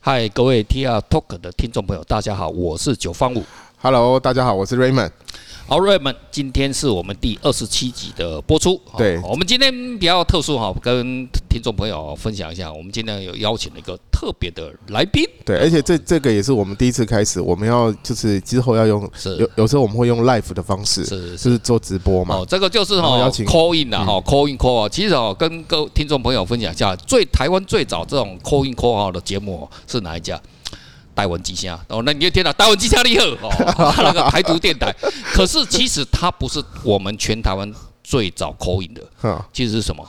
嗨，各位 TR Talk 的听众朋友，大家好，我是九方五。 Hello，大家好，我是 Raymond。好，瑞们，今天是我们第二十七集的播出。对哦我们今天比较特殊哈，跟听众朋友分享一下，我们今天有邀请了一个特别的来宾，对，而且这这个也是我们第一次开始，我们要就是之后要用有是有时候我们会用 live 的方式，是就是做直播嘛哦，。这个就是然后哈、邀哦、请 call in 啊哈、call in call 啊，其实哦跟各位听众朋友分享一下，最台湾最早这种 call in call 啊的节目、哦、是哪一家？戴文之声哦，那你就听到戴文之声厉害哦，他那个台独电台。可是其实它不是我们全台湾最早 call in 的，哼其实是什么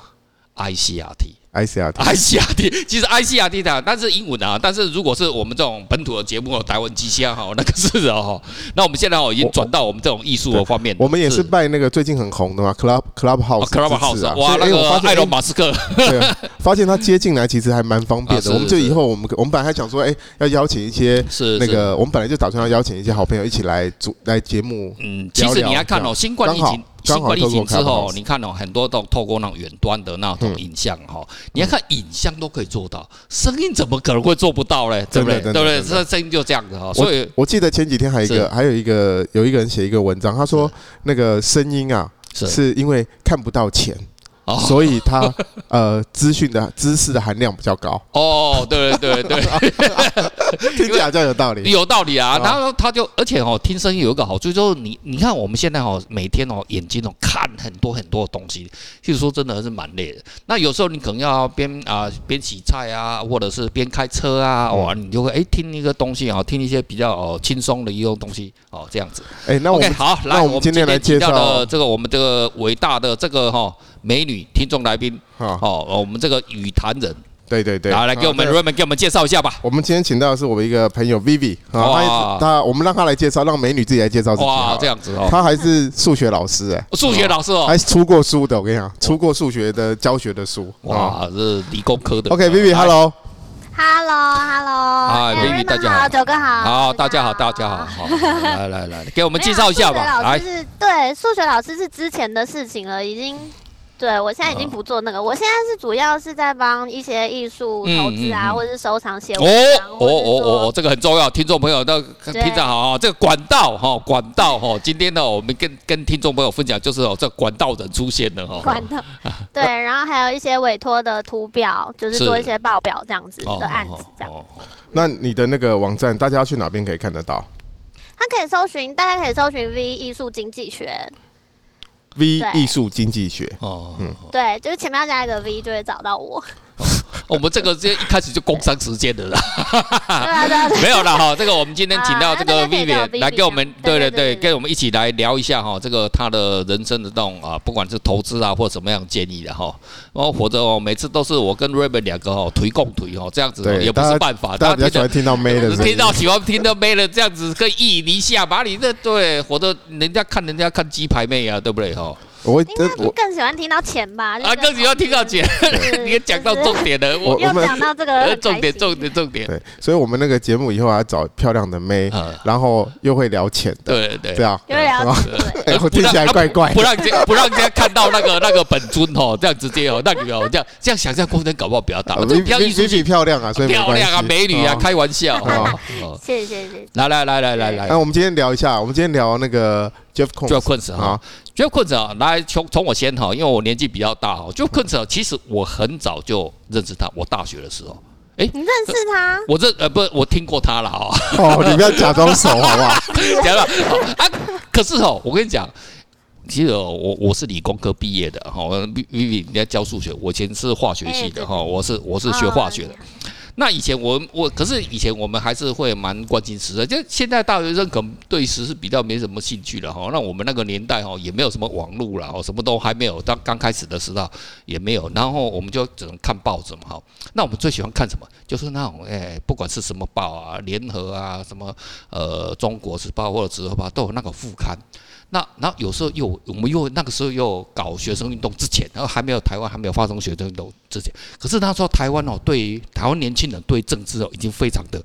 ？ICRT。 ，ICRT， I C R T，其实 I C R T 它，但是英文啊，但是如果是我们这种本土的节目，台湾机箱哈，哦那个是的哈。那我们现在哦，已经转到我们这种艺术的方面了。我们也是拜那个最近很红的嘛，Club Clubhouse 哦 Clubhouse，支持啊哇，所那以哎个我发埃现隆马斯克，哎对啊，发现他接进来其实还蛮方便啊是的。我们就是以后我们我们本来还想说，哎，要邀请一些是那。是个，我们本来就打算要邀请一些好朋友一起来主来节目，嗯，其实你要看聊哦，聊新冠疫刚好情，新冠疫情之刚好透后过，Clubhouse 你看哦，很多都透过那种远端的那种影像哈，嗯你要看影像都可以做到，声音怎么可能会做不到嘞？对不对？对真的真的不对？真的这声音就这样子哈，我所以我记得前几天还有一是个，还有一个有一个人写一个文章，他说那个声音啊，是是因为看不到钱，哦所 以他呃资讯的知识的含量比较高，哦，对对对对。听起来好像有道理。有道理啊。啊然后他就，而且哦，听声音有一个好处，就是你你看我们现在哦，每天哦眼睛哦看很多很多东西，其实说真的是蛮累的。那有时候你可能要边啊边洗菜啊，或者是边开车啊，嗯哇，你就会哎听一个东西哦，听一些比较哦轻松的一种东西哦，这样子。哎，那我 OK，们好，那来，我我们们今天来提到介绍的这个我们这个伟大的这个哈美女听众来宾好，哦，我们这个语坛人，对啊对对，来来给我们好。对 Raymond 给我们介绍一下吧。我们今天请到的是我一个朋友 Vivi，哇啊，他他我们让他来介绍，让美女自己来介绍自己好哇，了。这样子哦，他还是数学老师哎，数学老师哦，还出过书的，我跟你讲，出过数学的教学的书。啊哇，是理工科的。 ，OK，Vivi，Hello， Hello，Hello，嗨哎 Vivi，啊 Raymond 大家好好，九哥好，哎好，大家好，大家好，好，来来来，给我没有啊。我们介绍一下吧。老来师，是对数学老师是之前的事情了，已经。对，我现在已经不做那个，我现在是主要是在帮一些艺术投资嗯嗯啊，嗯或者是收藏写哦文章，哦或者哦是哦说哦，这个很重要，听众朋友，那对听着好啊，这个管道哈，管道哈，今天呢，我们跟跟听众朋友分享，就是哦，这管道人出现了哈。管 道，对，然后还有一些委托的图表，就是是做一些报表这样子哦的案子，这样。哦那你的那个网站，大家要去哪边可以看得到它可以搜寻，大家可以搜寻 V 艺术经济学， ？V 对艺术经济学，哦，对，就是前面要加一个 V 就会找 到我。我们这个这一开始就工商时间的啦，对啊，对啊，对啊没有啦哈。这个我们今天请到这个啊那就可以叫 Vivian 来 Vivian 给我们，对对对对对，对对跟我们一起来聊一下哈，这个他的人生的那种啊，不管是投资啊或者什么样的建议的哈。然后或者哦，每次都是我跟 Raymond 两个哦，腿共腿哦，这样子哦对也不是办法，大家比较听喜欢得。听到妹的声音听。到喜欢听的没了，这样子可以一离下，把你那对活的，人家看人家看鸡排妹啊，对不对哈？我会应呃该我更喜欢听到钱吧？就啊，是嗯更喜欢听到姐， 你也讲到重点了， 我我又讲到这个呃很重点开心重点重点，对，所以我们那个节目以后还要找漂亮的妹啊，然后又会聊钱的，对对这。样。因为是了吧解对哎我听起来怪 怪不。让人家不让人家看到那个 那个本尊哦，这样直接哦，那个哦，这样这样想象空间搞不好比较大，呃这个比较艺术 Vivi- 性 Vivi 漂亮啊，所以没漂关系亮啊，美女啊，哦开玩笑哦。哦谢谢谢谢。来来来来来来那我们今天聊一下，我们今天聊那个 Jeff ，Jeff Koons Koons 哈啊， ，Jeff Koons 啊，来从从我先哈，因为我年纪比较大哦。Jeff Koons 啊其实我很早就认识他，我大学的时候，你认识他？我认呃不是我听过他了哦，哦，你不要假装熟好不好？ 讲了好啊，可是哦，我跟你讲。其实哦我我是理工科毕业的哈，Vivi 你在教数学，我以前是化学系的哎哈，我是我是学化学的哦。那以前我我可是以前我们还是会蛮关心时事，就现在大学生可能对时事比较没什么兴趣了哈。那我们那个年代哈也没有什么网络了，哦，什么都还没有，当刚开始的时候也没有，然后我们就只能看报纸嘛哈。那我们最喜欢看什么？就是那种哎、不管是什么报啊，联合啊，什么呃中国时报或者直合报都有那个副刊。那然后有时候又我们又那个时候又搞学生运动之前，然后还没有台湾还没有发生学生运动之前，可是那时候台湾哦，对于台湾年轻人对政治哦已经非常的，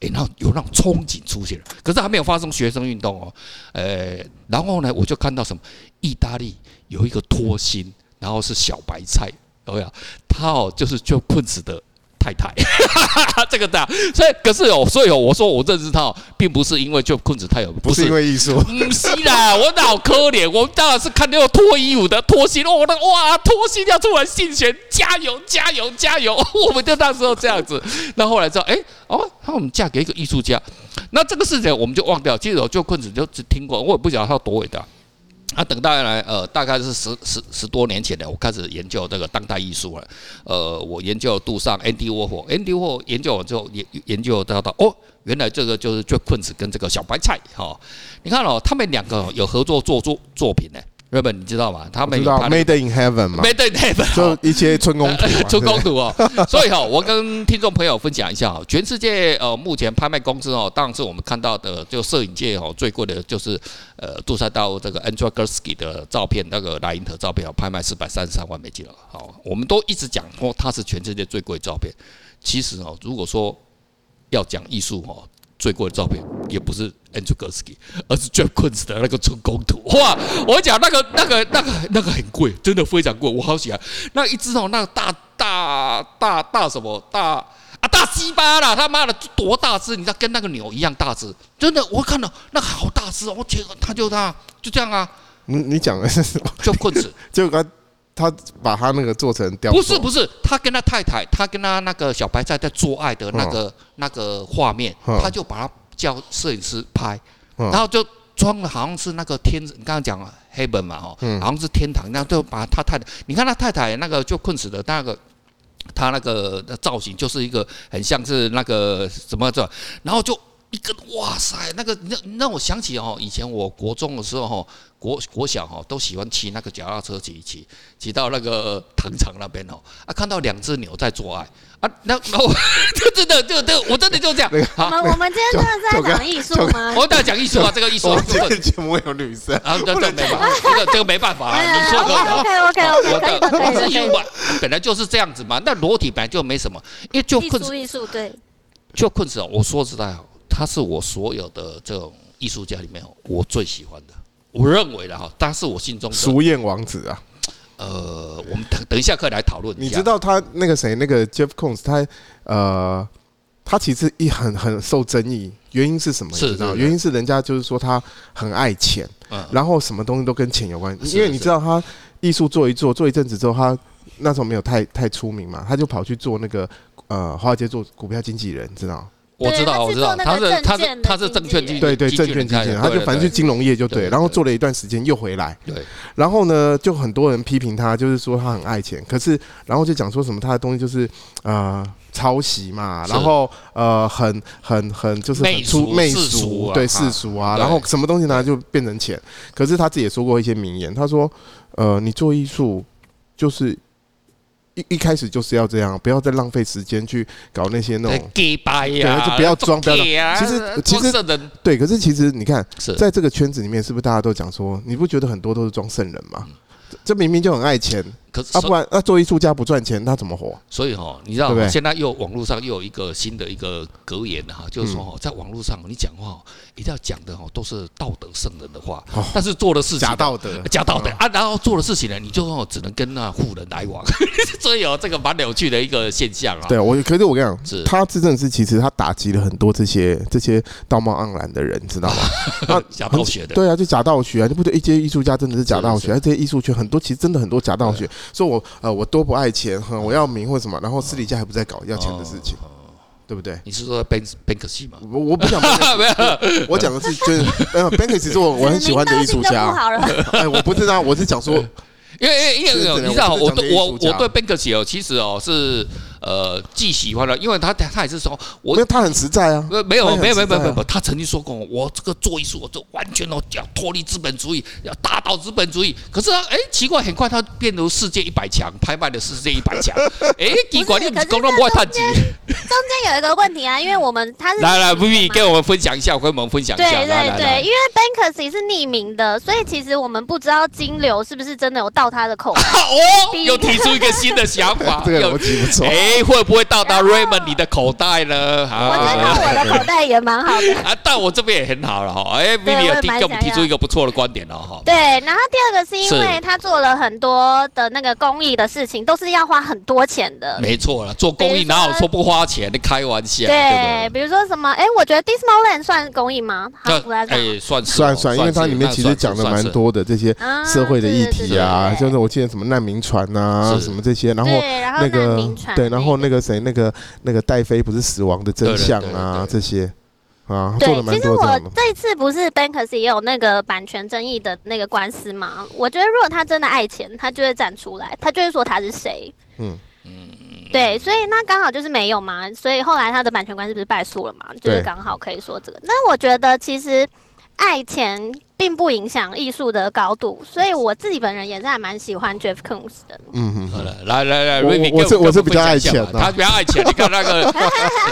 诶，那种有那种憧憬出现了，可是还没有发生学生运动哦，呃，然后呢，我就看到什么，意大利有一个脱薪，然后是小白菜，有没有？他哦就是就 e 子的。太太， 这个大，所以可是哦，所以哦，我说我认识他哦，并不是因为就棍子太有，不是因为艺术，不是啦，我哪有可怜，我们当然是看那个脱衣舞的脱星，我的哇，脱星要出来竞选，加油加油加油！ 我们就那时候这样子，那后来知道，哎、哦，他我们嫁给一个艺术家，那这个事情我们就忘掉。其实我就棍子就只听过，我也不晓得他多伟大。啊，等到来呃，大概是十十十多年前的，我开始研究这个当代艺术了。呃，我研究杜尚、Andy Warhol，Andy Warhol 研究完之后，研研究到到哦，原来这个就是 j a c k u n 跟这个小白菜哈、哦。你看哦，他们两个有合作做作作品呢。日本你知道吗？他们知有道他的 Made in Heaven 嘛， Made in Heaven，就一些春宫图嘛， 出对不公主哦。所以哈、我跟听众朋友分享一下哈、全世界呃目前拍卖公司哦，当然是我们看到的就摄影界哦最贵的就是呃杜塞道这个 Andrew g e r s k y 的照片，那个莱茵特照片哦，拍卖四百三十三万美金了。好、我们都一直讲说它是全世界最贵的照片，其实哦，如果说要讲艺术哦。最贵的照片也不是 Andrew g e r s k y 而是 Jeff Koons 的那个春宫图。哇，我讲那个、那个、那个、那个很贵，真的非常贵，我好喜欢。那一只哦，那个大大大大什么大啊大鸡巴啦，他妈的多大只？你知道跟那个牛一样大只，真的，我看到那个好大只哦，我天，他就那就这样啊，你你讲的是什么？就棍子。就他他把他那个做成雕塑，不是不是，他跟他太太，他跟他那个小白菜在做爱的那个、那个画面，嗯他就把他叫摄影师拍，嗯然后就装了好像是那个天，你刚刚讲了 heaven 嘛哦，嗯好像是天堂，那就把他太太，你看他太太那个就困死的那个。他那个呃造型就是一个很像是那个什么这，然后就一个哇塞，那个那让我想起哦，以前我国中的时候哦，国国小哦都喜欢骑那个脚踏车骑一骑，骑到那个糖厂那边哦，啊看到两只牛在做爱啊，那那我 就真的就就我真的就这样，我好，们哦我们今天真的是在讲艺术吗？我在讲艺术啊，这个艺术我啊们这个节目有女生，啊，这这没办法，这个这个没办哎法啊，哎你哦说的。哦 OK OK OK 我 OK 的我可是以因的为本来就是这样子嘛，那裸体本来就没什么，因为就可以，艺困术艺术对，就困死了。我说实在哦，他是我所有的这种艺术家里面哦，我最喜欢的。我认为的哈，他是我心中的俗艳王子啊，呃，我们等等一下课来讨论一下。你知道他那个谁，那个 Jeff Koons，他呃，他其实一很很受争议，原因是什么？是你知道是是原因是人家就是说他很爱钱，嗯，然后什么东西都跟钱有关，是因为是你知道他艺术做一做，做一阵子之后，他那时候没有太太出名嘛，他就跑去做那个呃华尔街做股票经纪人，知道？我知道，我对知道，他他是做是他那个证券是的他是证券经纪经人对对，证券经经纪人，他就反正去去金融业就对对，对然后对做了一段时间又回来，对，然后呢，就很多人批评他，就是说他很爱钱，可是然后就讲说什么他的东西就是呃抄袭嘛，是然后呃很很很就是很媚出俗媚世俗俗，啊对哈世俗啊，对然后什么东西拿来就变成钱。可是他自己也说过一些名言，他说呃你做艺术就是。一一开始就是要这样，不要再浪费时间去搞那些那种 gay 拜呀，对就不要装不作要装 gay 啊其实装其实圣人对。可是其实你看，是在这个圈子里面，是不是大家都讲说，你不觉得很多都是装圣人嗯吗？这这明明就很爱钱，可是啊，不然那做艺术家不赚钱，他怎么活？所以哈、你知道对不对现在又网络上又有一个新的一个格言哈、就是嗯说哈、在网络上你讲话、哦、一定要讲的哈、都是道德圣人的话，哦但是做的事情假哦道德，假道德啊，然后做的事情呢，你就、哦、只能跟那富人来往， 所以哦，这个蛮有趣的一个现象啊。对我，可是我跟你是讲，他真正是其实他打击了很多这些这些道貌岸然的人，知道吗？那假道学的对啊，就假道学啊，就不对，一些艺术家真的是假道是学，是而这些艺术圈很多其实真的很多假道学，说我呃我多不爱钱，哼我要名或什么，然后私底下还不在搞要钱的事情，对不对？你是说 Ben Ben 可西吗？我我不想，没有，我讲的是就是没有 b a n k s 是我我很喜欢的艺术 指名道姓就不 家，好了，哎，我不知道，我是讲说因为因为因为是因是为你知道，我我不对是讲这个我艺术我家对 Ben 可西哦，其实哦是呃既喜欢了，因为他他他也是说，我因为他很实在啊，不，没有，他也很没有，没有，没实在有，啊，没有。他曾经说过，我这个做艺术，我就完全哦，要脱离资本主义，要打倒资本主义。可是啊，哎，奇怪，很快他变成世界一百强，拍卖的世界一百强。哎，奇怪，你可是公众不会叹气。中间有一个问题啊，因为我们他是来来经纪，Vivi 人嘛跟我们分享一下，跟我们分享一对下。来对来来对，因为 Bank Galaxy 是匿名的，所以其实我们不知道金流是不是真的有到他的口袋。哦，第一又提出一个新的想法 这个又逻辑不 错。哎，会不会到达然后 Raymond 你的口袋呢？我觉得啊我的口袋也蛮好的。 啊，到我这边也很好了哈。哎对，Vivi 我有也提蛮给我们想提出要一个不错的观点了哈。对，然后第二个是因是为他做了很多的那个公益的事情，都是要花很多钱的。没错了，做公益比如说哪有说不花钱的？开玩笑，对，对比如说什么，哎，我觉得 Disneyland 算公益吗？好，不不对？来那讲。哎，算是算哦算，因为它是里面那其实算是讲了算蛮是多的这些啊社会的议对对题对啊，对就是我记得什么难民船啊，是什么这些，然后对，然后那难个民船对，然后那个个谁，那个那个戴妃不是死亡的真相对对对啊对，这些啊，做对的，蛮其实多这我样的。这次不是 Banksy 也有那个版权争议的那个官司嘛？我觉得如果他真的爱钱，他就会站出来，他就会说他是谁。嗯对，所以那刚好就是没有嘛，所以后来他的版权官司不是败诉了嘛？就是对刚好可以说这个。那我觉得其实爱钱并不影响艺术的高度，所以我自己本人也是还蛮喜欢 Jeff Koons 的。嗯好嗯，了，来来来我，Raymond，我我是跟我是比较跟爱分享钱一下的吧他比较爱钱。你看那 个，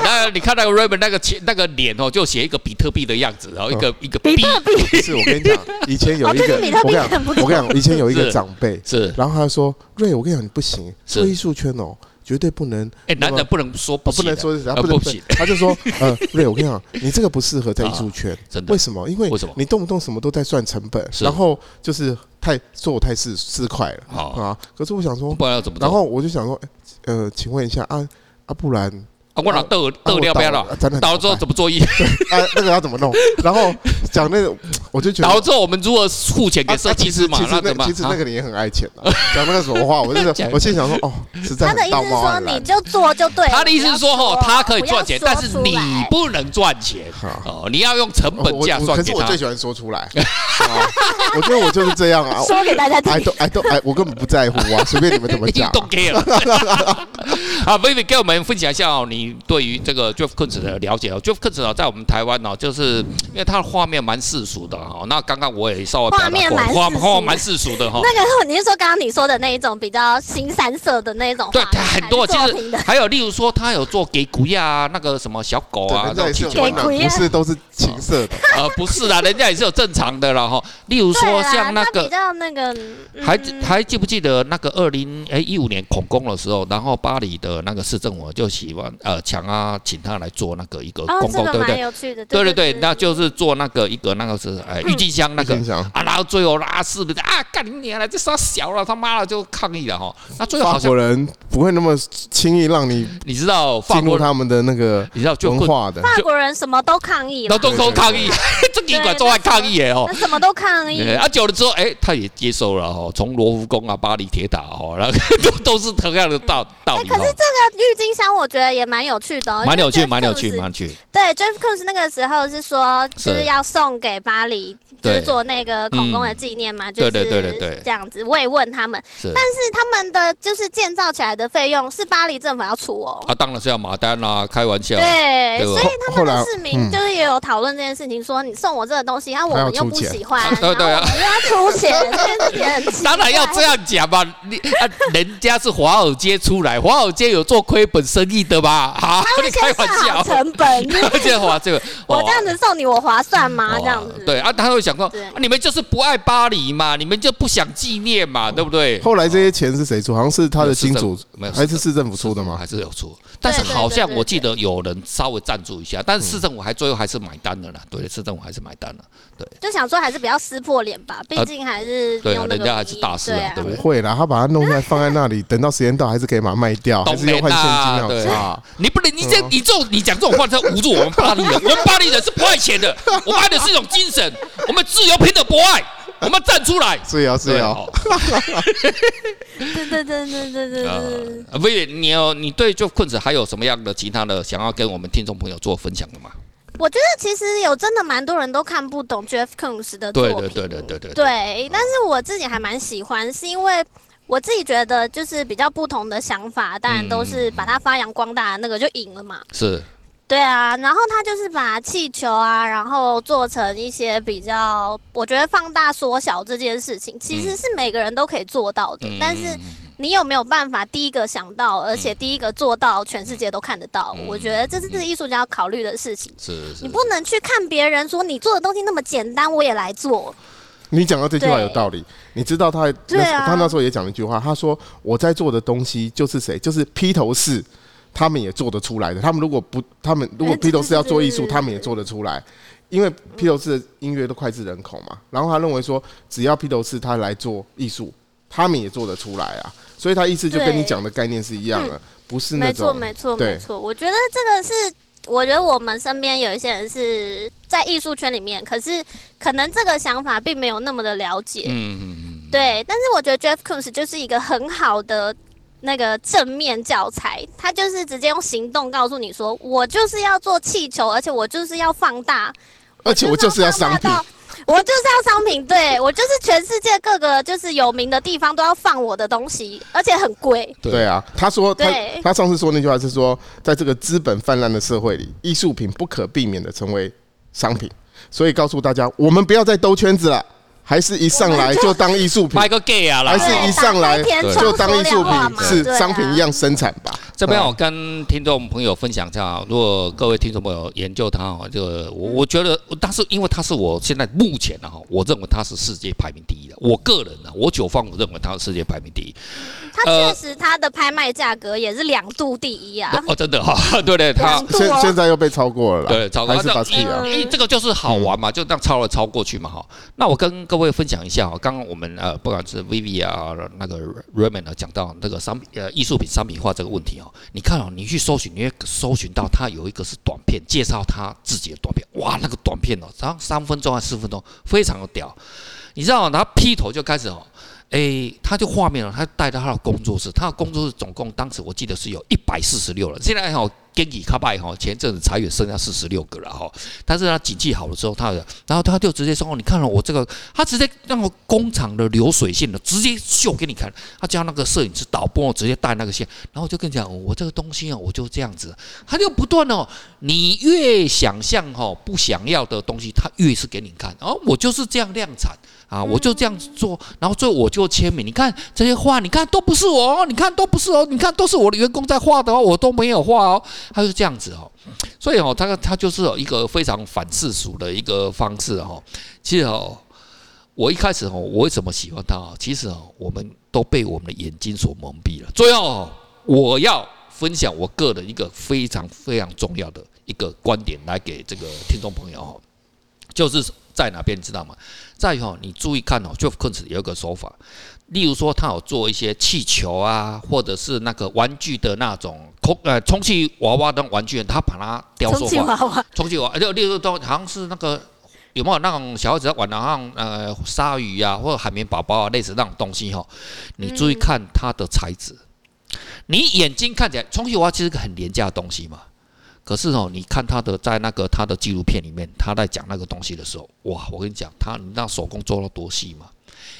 那你看那个 Raymond 那个钱那个脸哦，就写一个比特币的样子，然哦后哦一个一个比 B 特币，不是我跟你 讲，以前有哦，一这个个比特我币跟你讲，很不我错跟。你讲，以前有一个是长辈，是，然后他说：“瑞，我跟你讲，你不行，是做艺术圈哦，绝对不能，哎，男那的么不能说不不行的能说是啥，啊呃不能不行，啊他就 说，呃，瑞，我跟你讲，你这个不适合在艺术圈，真的为，什么？因为为什么你动不动什么都在算成本，是然后就是太说我太市市侩了好啊。可是我想说，不然要怎么做？然后我就想说，呃，请问一下啊啊，不然啊我拿豆啊豆我料不要倒了，展览倒了之后怎怎么做艺？么办啊？那个要怎么弄？然后讲那个，我就觉得倒了之后我们如何付钱啊给设计师嘛其？实那怎么那办？其实那啊个你也很爱钱的，讲那个什么话，我就讲是我心想说，哦，实在他的很意思道是貌说岸你然。就做就对了。他的意思是说，吼，他可以赚钱，不要但说是出来你不能赚钱好哦，你要用成本价我我算可给是我他最。喜欢说出来， 啊我觉得我就是这样啊。说给大家听 I。don't I don't I 我根本不在乎啊，随便 你们怎么已经讲啊。 don't care 啊 v i v i 给我们分享一下哦，你对于这个 Jeff Koons 的了解哦。Jeff Koons 哦，在我们台湾哦，就是因为他的画面蛮世俗的哈、哦。那刚刚我也稍微表达过画面蛮世画俗画蛮世俗的哈、哦。那个你是说刚刚你说的那一种比较新三色的那一种对，画他面很多其还是作实品的，还有，例如说他有做给古亚啊，那个什么小狗对，啊，人那家种也是气有球给温啊暖，鬼啊不是都是情色的。呃，不是啦，人家也是有正常的啦哈、例如对说啦像那它个比较那个，嗯还还记不记得那个二零哎一五年恐攻的时候，然后巴黎的那个市政府就喜欢呃强啊，请他来做那个一个哦公，这共，个对不蛮对？有趣的，对对对，那就是做那个一个那个是哎郁金香那个郁金香啊，然后最后拉四的啊，干你娘了，这杀小了，他妈的就抗议了哈。那最后法好像国人不会那么轻易让你你知道法进入国，他们的那个你知道就文化的。法国人什么都抗议劳了，动都抗议， 这个管都在抗议耶哦那。什么都 抗议，对啊，久了之后，哎、他也接受了哦，从罗浮宫啊、巴黎铁塔哦，然后 都都是同样的道道理哎可是哦。那郁金香我觉得也蛮有趣的哦，蛮有趣，因为蛮有趣， Jeff Koons- 蛮有趣。对，Jeff Koons 那个时候是说，就是是要送给巴黎，就对是嗯做那个恐工的纪念嘛，就是对对对对对这样子慰问他们。是但是他们的就是建造起来的费用是巴黎政府要出哦。啊，当然是要马丹啦、开玩笑。对，对吧所以他后们来的市民嗯就是也有讨论这件事情，说你送我这个东西，然后我还要们又出不钱喜欢，对对然啊后我们又要出钱，这件事情很奇怪 当然要这样讲嘛，你啊，人家是华尔街出来，华尔街有做亏本生意的吧？ 啊，你开先玩算好笑， 成本，而且华这个，我哦这样子送你，我划算吗？这样哦子，对啊，他会想说，对啊你们就是不爱巴黎嘛，你们就不想纪念嘛，对不对？后来这些钱是谁出？好像是他的金主没有，还是市政府出的吗？还是有出，但是好像我记得有人稍微赞助一下，但是嗯市政府还最后还是买单了啦。对，市政府还是买单了。就想说还是不要撕破脸吧，毕呃竟还是对啊用那人个家还是名义大事啊对对不不对会啦，他把它弄出来放在那里，等到时间到还是可以把它卖掉， 还是用换现金懂好没啦差。你不能，你嗯这你这种你讲这种话，在侮辱我们巴黎人。我们巴黎人是不爱钱的，我们爱的是一种精神，我们自由平等博爱，我们站出来。是啊，是对啊，哦，对对对对 对对对。呃，不是你有你对就困子还有什么样的其他的想要跟我们听众朋友做分享的吗？我觉得其实有真的蛮多人都看不懂 Jeff Koons 的呃作对品，对对对对 对对但是我自己还蛮喜欢，是因为。我自己觉得就是比较不同的想法，当然都是把它发扬光大，那个就赢了嘛。是对啊，然后他就是把气球啊，然后做成一些比较，我觉得放大缩小这件事情，其实是每个人都可以做到的，但是嗯你你有没有办法第一个想到，而且第一个做到，全世界都看得到？我觉得这是这是艺术家要考虑的事情。嗯是是你，不能去看别人说你做的东西那么简单，我也来做。 你讲到这句话有道理，你知道他对那时啊他那时候也讲了一句话，他说我在做的东西就是谁，就是披头士，他们也做得出来的。他们如果不，他们如果哎披头士要做艺术，对他们也做得出来，因为披头士的音乐都脍炙人口嘛。然后他认为说，只要披头士他来做艺术，他们也做得出来啊。所以他意思就跟对嗯你讲的概念是一样的，不是那没错，种没错，对没错。我觉得这个是，我觉得我们身边有一些人是在艺术圈里面，可是可能这个想法并没有那么的了解。嗯嗯嗯，对，但是我觉得 Jeff Koons 就是一个很好的那个正面教材，他就是直接用行动告诉你说，我就是要做气球，而且我就是要放大，而且我就是要放商大品。到。我就是要商品，对我就是全世界各个就是有名的地方都要放我的东西，而且很贵。对对啊，他说他对他上次说那句话是说，在这个资本泛滥的社会里，艺术品不可避免的成为商品，所以告诉大家，我们不要再兜圈子了，还是一上来就当艺术品拍，个 gay 啊啦，还是对一上来打开天窗就当艺术说亮话嘛品是对啊商品一样生产吧。这边我跟听众朋友分享一下啊，如果各位听众朋友研究它哦，这个我我觉得，但是因为它是我现在目前的哈，我认为它是世界排名第一的。我个人呢、我九方我认为它是世界排名第一。它呃确实它的拍卖价格也是两度第一啊。哦，真的哈、 对对，它对现对啊现在又被超过了啦，对，超过还是那把自己啊嗯，因为这个就是好玩嘛，就这样超了超过去嘛哈。那我跟各位分享一下哈，刚刚我们呃，不管是 Vivi 啊，那个 Raymond 呢，讲到那个商品呃艺术品商品化这个问题哦，你看哦，你去搜寻，你会搜寻到他有一个是短片，介绍他自己的短片，哇，那个短片哦，然后三分钟还是四分钟，非常的屌。你知道、哦，他劈头就开始哦。诶，他就画面了，他带到他的工作室，他的工作室总共当时我记得是有一百四十六人，现在哦哈 Genki 卡拜哈前阵子裁员剩下四十六个了哈，但是他景气好了之后，他的然后他就直接说哦，你看了、我这个，他直接让我工厂的流水线的直接秀给你看，他叫那个摄影师导播直接带那个线，然后我就跟你讲、哦我这个东西啊，我就这样子，他就不断哦，你越想象哦不想要的东西，他越是给你看，哦，我就是这样量产。啊，我就这样子做，然后最后我就签名。你看这些画，你看都不是我哦，你看都不是哦，你看都是我的员工在画的哦，我都没有画哦。他就这样子哦，所以哦，他他就是有一个非常反世俗的一个方式哦。其实哦，我一开始哦，我为什么喜欢他哦？其实哦，我们都被我们的眼睛所蒙蔽了。最后、哦，我要分享我个人一个非常非常重要的一个观点来给这个听众朋友哦，就是在哪边你知道吗？再哦，你注意看哦，Jeff Koons 有一个手法，例如说他有做一些气球啊，或者是那个玩具的那种空呃充气娃娃当玩具，他把它雕塑充气化。娃娃，充气娃娃，就例如都好像是那个有没有那种小孩子在玩的，好像呃鲨鱼啊或者海绵宝宝啊类似那种东西哈，你注意看它的材质，你眼睛看起来充气娃娃其实是个很廉价的东西嘛。可是哦，你看他的在那个他的纪录片里面，他在讲那个东西的时候，哇，我跟你讲，他你那手工做到多细嘛？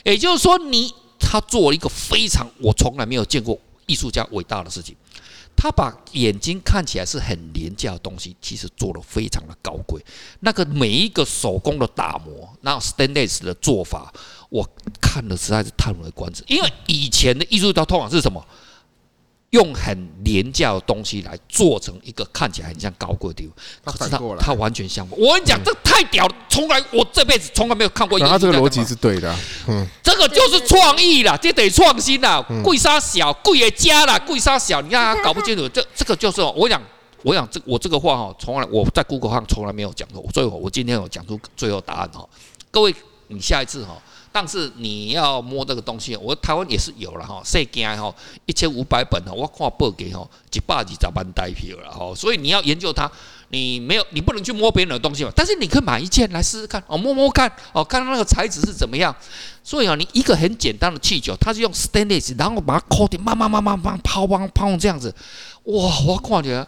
也就是说你，他做了一个非常我从来没有见过艺术家伟大的事情。他把眼睛看起来是很廉价的东西，其实做的非常的高贵。那个每一个手工的打磨，那 stainless 的做法，我看了实在是叹为观止。因为以前的艺术家通常是什么？用很廉价的东西来做成一个看起来很像高贵的地他方，可是反过来他完全相反。我跟你讲，这太屌了，从来我这辈子从来没有看过一个艺然后术家他这干嘛。个逻辑是啊对的啊，嗯，这个就是创意啦，这得创新啦，贵杀小，贵也加啦，贵杀小，你看他搞不清楚，这这个就是哦我讲，我讲这我这个话哈，从来我在 Google 上从来没有讲过，所以我今天有讲出最后答案哈，各位，你下一次哈。但是你要摸这个东西，我台湾也是有了哈，世界哈一千五百本哈，我看报给哈一百二十万代票了哈，所以你要研究它，你没有你不能去摸别人的东西嘛，但是你可以买一件来试试看哦，摸摸看哦，看看那个材质是怎么样，所以啊，你一个很简单的气球，它是用 stainless，然后把它 coating，慢慢慢慢慢慢抛抛抛这样子，哇，我感觉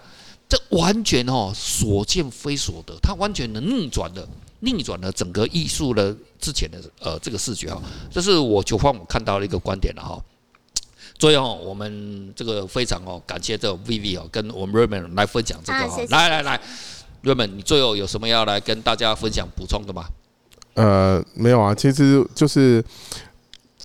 这完全哦所见非所得，它完全能逆转的逆转了整个艺术的之前的呃这个视觉哈、这是我九方我看到的一个观点了哈、最后，我们这个非常哦，感谢这种 Vivi 哦，跟我们 Raymond 来分享这个、啊哦谢谢来来来，Raymond，你最后有什么要来跟大家分享补充的吗？呃，没有啊，其实就是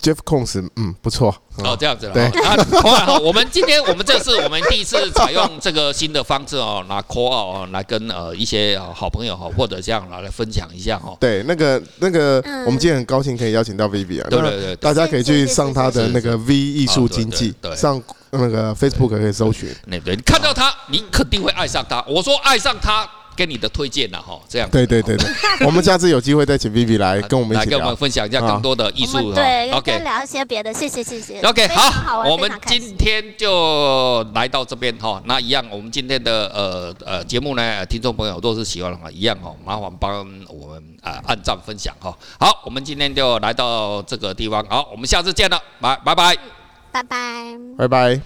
Jeff Koons，嗯，不错。嗯哦，这样子了。对哦那好了，好我们今天我们这是我们第一次采用这个新的方式哦，拿 call out 哦，来跟呃一些呃好朋友哈，或者这样拿来分享一下哦哈。对，那个那个，嗯我们今天很高兴可以邀请到 Vivi 啊，对那对对对大家可以去上他的那个 V 艺术经济哦，对对对上那个 Facebook 可以搜寻。那对，你看到他，你肯定会爱上他。我说爱上他，给你的推荐了哈，这样子。对对对对，我们下次有机会再请 Vivi 来好跟我们一来起跟我聊们。分享一下啊更多的艺我术们哈嗯对，再 OK 聊一些别的，谢谢谢谢。 OK，非常好好，玩，我非们常开心今天就来到这边哈。那一样，我们今天的呃呃节目呢，听众朋友若是喜欢的话，一样哦，麻烦帮我们啊、呃、按赞分享哈。好，我们今天就来到这个地方，好，我们下次见了，拜拜拜。拜拜。拜拜。